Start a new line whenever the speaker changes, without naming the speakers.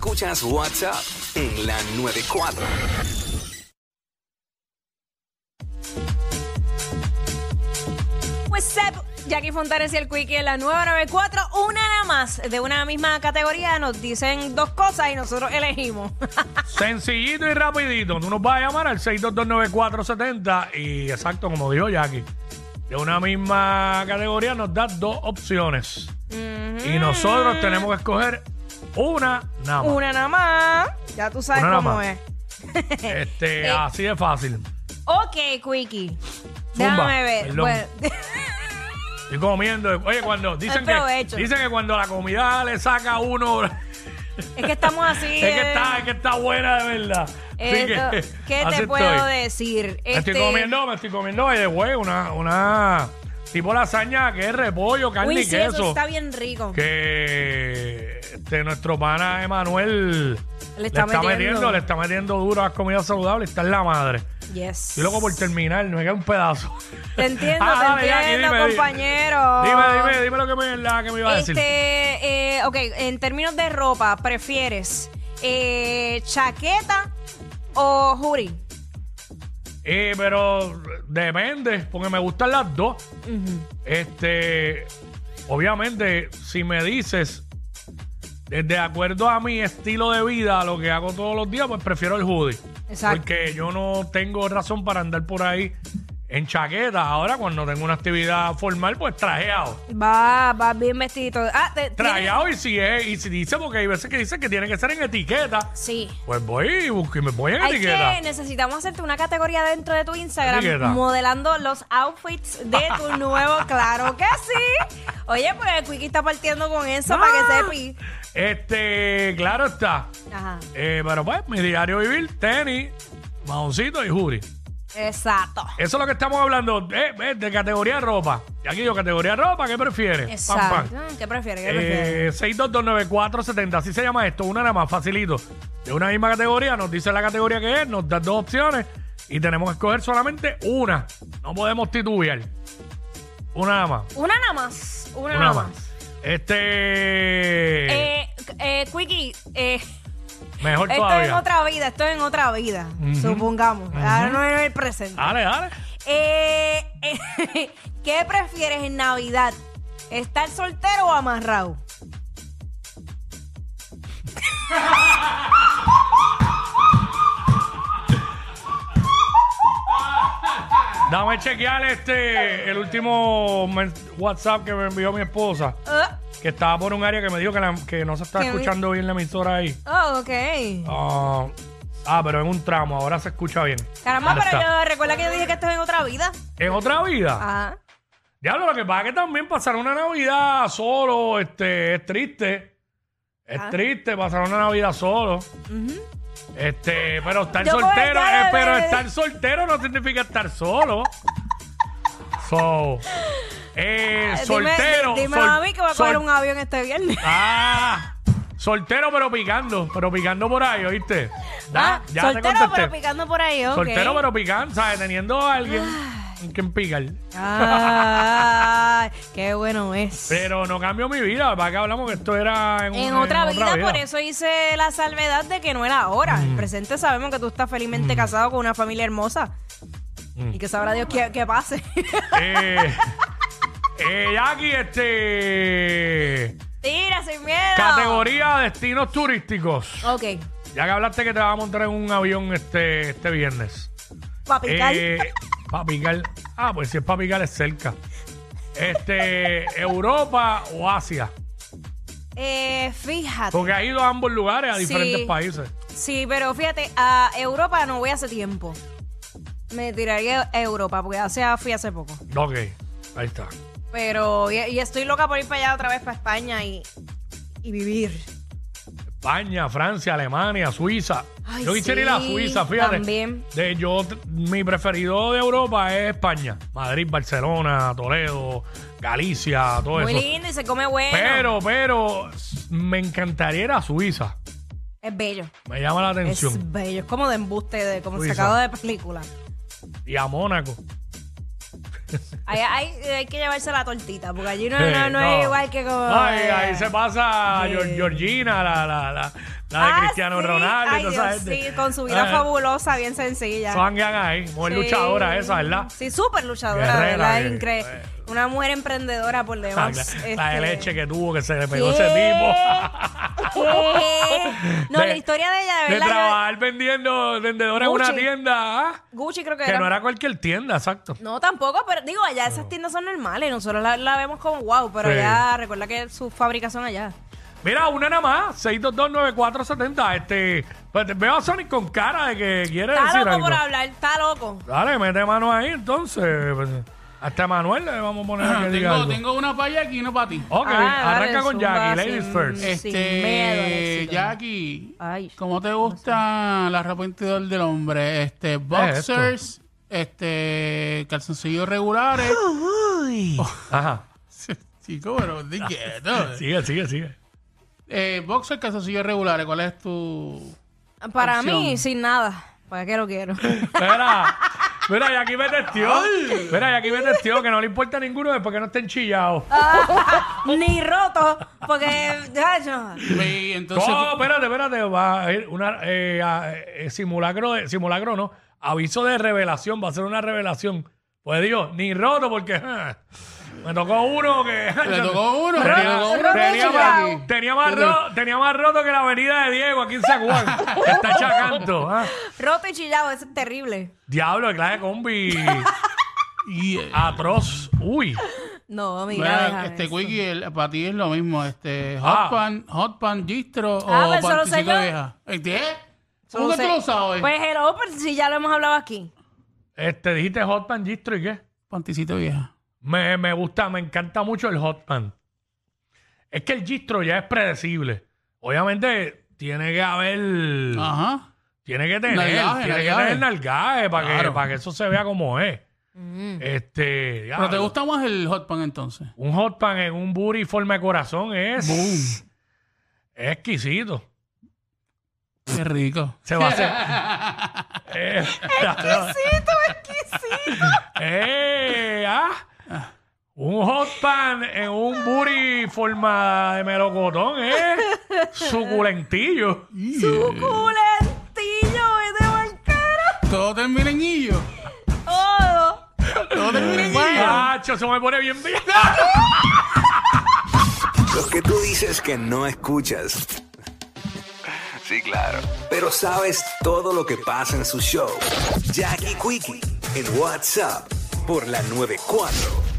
Escuchas WhatsApp en la 94.
What's up? Pues Jackie Fontanes y el Quickie en la 994. Una nada más de una misma categoría. Nos dicen dos cosas y nosotros elegimos.
Sencillito y rapidito. Tú nos vas a llamar al 6229470 y exacto, como dijo Jackie, de una misma categoría nos das dos opciones.
Mm.
Y nosotros tenemos que escoger una nada más.
una nada más. Ya tú sabes
Una nada
cómo
más.
es. Eh.
Este, así de fácil.
Ok, Quickie.
Zumba,
Déjame ver.
perdón.
Bueno,
Estoy comiendo. Oye, cuando dicen que,
provecho.
dicen que cuando la comida le saca a uno, es
es que estamos así.
que
eh,
está, es que está buena de verdad. Así que,
esto- ¿Qué
así
te puedo
estoy.
decir? Este,
Me estoy comiendo, me estoy comiendo, oye, güey, una, una tipo lasaña que es repollo, carne
Uy,
y
sí,
queso.
eso está bien rico.
que este, nuestro pana Emanuel
Le está metiendo.
le está metiendo duro a las comidas saludables, está en la madre.
Yes.
Estoy loco por terminar, me queda un pedazo.
Te entiendo,
Ah,
te
dale, Jackie,
entiendo,
dime, dime.
compañero.
Dime, dime, dime lo que me, la que me iba a
Este,
decir.
eh, ok, en términos de ropa, ¿prefieres eh, chaqueta o hoodie?
Eh, pero depende, porque me gustan las dos. Este, obviamente, si me dices, eh, de acuerdo a mi estilo de vida, a lo que hago todos los días, pues prefiero el hoodie.
Exacto.
Porque yo no tengo razón para andar por ahí en chaqueta. Ahora, cuando tengo una actividad formal, pues trajeado.
Va, va bien vestido. Ah, te- tienes-
Trajeado y si es, y si dice, porque hay veces que dicen que tiene que ser en etiqueta.
Sí.
Pues voy y busco y me voy en
Hay
etiqueta.
que necesitamos hacerte una categoría dentro de tu Instagram
Etiqueta.
modelando los outfits de tu nuevo, claro que sí. Oye, pues el Quickie está partiendo con eso
Ah.
para que sepi.
Este, claro está.
Ajá.
Eh, pero pues, mi diario vivir, tenis, mahoncito y jury.
Exacto.
Eso es lo que estamos hablando eh, eh, de categoría de ropa. Y aquí yo, categoría de ropa, ¿qué prefieres?
Exacto. Mm, ¿Qué prefieres? ¿Qué prefieres?
Eh, 6229470, así se llama esto, una nada más, facilito. De una misma categoría, nos dice la categoría que es, nos da dos opciones y tenemos que escoger solamente una. No podemos titubear. Una nada más.
Una nada más. Una,
Una
nada
nada
más.
más. Este.
Eh, eh, Quickie, eh,
mejor
esto es en
todavía.
otra vida, esto es en otra vida, supongamos. Ahora no es el presente.
Dale, dale.
Eh, eh, ¿Qué prefieres en Navidad? ¿Estar soltero o amarrado?
Dame chequear este el último men- WhatsApp que me envió mi esposa,
Ah,
que estaba por un área que me dijo que, la- que no se está
Que vi-
escuchando bien la emisora ahí.
Oh, ok.
Ah, ah, pero en un tramo, ahora se escucha bien.
Caramba,
Ahora
pero
está.
yo, recuerda que yo dije que esto es en otra vida.
En otra vida.
Ah,
Diablo, lo que pasa es que también pasar una Navidad solo, este, es triste. Es
Ah.
triste pasar una Navidad solo. Este, pero estar
Yo con
soltero,
el cara
eh,
de-
pero estar soltero no significa estar solo. So, eh,
dime-
soltero.
di- dímelo
sol-
a mí que voy a coger
sol-
un avión este viernes.
Ah, soltero pero picando, pero picando por ahí, ¿oíste? Da-
Ah,
ya te
soltero
contesté.
pero picando por ahí, ok. Ah.
Soltero pero picando, ¿sabes? Teniendo a alguien en quien picar.
Ay, qué bueno es.
Pero no cambió mi vida, para que hablamos que esto era en, un-
En otra vida, por eso hice la salvedad de que no era ahora.
Mm.
En presente sabemos que tú estás felizmente casado con una familia hermosa.
Mm.
Y que sabrá Dios qué, qué pase.
Eh, eh, Jackie, este.
Tira, sin miedo.
Categoría destinos turísticos.
Ok,
Ya que hablaste que te vas a montar en un avión este, este viernes.
para picar.
Eh, pa' picar. Ah, pues si es para picar es cerca. Este, Europa o Asia.
Eh, fíjate.
Porque has ido a ambos lugares, a
Sí.
diferentes países.
Sí, pero fíjate, a Europa no voy hace tiempo. Me tiraría a Europa, porque hace, fui hace poco.
Ok, ahí está.
Pero, y, y estoy loca por ir para allá otra vez, para España y, y vivir.
España, Francia, Alemania, Suiza.
Ay,
yo quisiera ir a
sí,
Suiza, fíjate.
también.
De, yo, t- mi preferido de Europa es España. Madrid, Barcelona, Toledo, Galicia, todo
Muy
Oh, eso.
lindo y se come bueno.
Pero, pero, s- me encantaría ir a Suiza.
Es bello.
Me llama la atención.
Es bello, es como de embuste, de, como
Luisa.
sacado de película.
Y a Mónaco.
Ahí hay, hay que llevarse la tortita, porque allí no, no, no es igual que como.
Eh,
eh,
Ay, ahí se pasa Geor- Georgina, la, la, la, la de
Ah,
Cristiano
sí.
Ronaldo.
Ay,
y toda esa
Dios,
gente.
sí, con su vida
Eh,
fabulosa, bien sencilla.
Son gang ahí, mujer
Sí.
luchadora esa, ¿verdad?
Sí, súper luchadora, de
Guerrera,
¿verdad?
que-
Increíble. Una mujer emprendedora por
La,
demás.
la de
este.
leche que tuvo, que se le pegó
¿Qué?
ese tipo.
¿Qué? No,
De-
la historia de ella, de
De
verdad. yo-
trabajar vendiendo vendedora en una
Gucci.
tienda, ¿ah?
Gucci creo que,
que
era.
no era cualquier tienda, exacto.
No, tampoco, pero digo, allá esas tiendas son normales. Nosotros la, la vemos como wow, pero
Sí.
allá, recuerda que su fabricación allá.
Mira, una nada más, 6229470. Este, pues te veo a Sonic con cara de que quiere
Está
decir
loco
algo.
por hablar, está loco.
Dale, mete mano ahí entonces. Pues, hasta a Manuel le vamos a poner que diga
Ah, tengo,
algo. Oh.
tengo una para Jackie y una para ti.
Ok,
Ah, dale,
arranca con
zumba,
Jackie, ladies
sin-
first.
Eh.
Este,
miedo al éxito.
Jackie,
Ay,
¿cómo te gusta la ropa interior del hombre? Este, boxers, este, calzoncillos regulares.
Ajá.
Chico, pero di quieto.
Sigue, sigue, sigue.
Eh, boxers, calzoncillos regulares, ¿cuál es tu...?
para
Opción.
mí, sin nada. ¿Para qué lo quiero?
Mira, mira, y aquí me testió. Mira, y aquí me testió que no le importa a ninguno después que no estén chillados.
Ni roto, porque. ay, no.
Y entonces, pues,
No, espérate, espérate. Va a ir una eh, a- eh, simulacro, de- simulacro, no. Aviso de revelación, va a ser una revelación. Pues Dios, ni roto porque ah, me tocó uno que.
le tocó uno, le
Tenía-
tocó uno.
tenía,
Roto
más,
chillao.
tenía, más ro- tenía más roto que la avenida de Diego aquí en San Juan. Está chacanto. ah.
Roto y chillado, eso es terrible.
Diablo, de clase de combi.
Yeah.
Atroz. Uy.
No, mira.
Mira,
déjame
este
eso.
Quickie, el- para ti es lo mismo, este hot
Ah.
pan, hot pan distro
Ah,
o
pero eso lo sé
pantisito
yo.
vieja. ¿Eh, ¿Qué?
Solo
¿Cómo que
sé-
tú lo sabes?
Pues hello, pero si ya lo hemos hablado aquí.
Este, dijiste hot pan Gistro y qué?
Pantisito vieja.
Me, me gusta, me encanta mucho el hot pan. Es que el gistro ya es predecible. Obviamente tiene que haber, Mm.
Ajá.
tiene que tener,
Ah. Nalgaje,
tiene que
nalgaje.
tener nalgaje para que,
Claro.
para que eso se vea como es. Este,
Pero te
diablo,
gusta más el hot pan entonces.
un hot pan en un booty forma de corazón es, es exquisito.
Qué rico.
Se va a hacer. Eh,
Exquisito, exquisito.
eh, ah, Un hot pan en un booty forma de melocotón, ¿eh? Suculentillo.
Culentillo, vete mal cara. Oh,
Todo termina en hillo.
Todo.
Todo termina en hillo.
Macho, se me pone bien bien.
Los que tú dices que no escuchas. Sí, claro. Pero sabes todo lo que pasa en su show. Jackie Quickie en WhatsApp por la 94.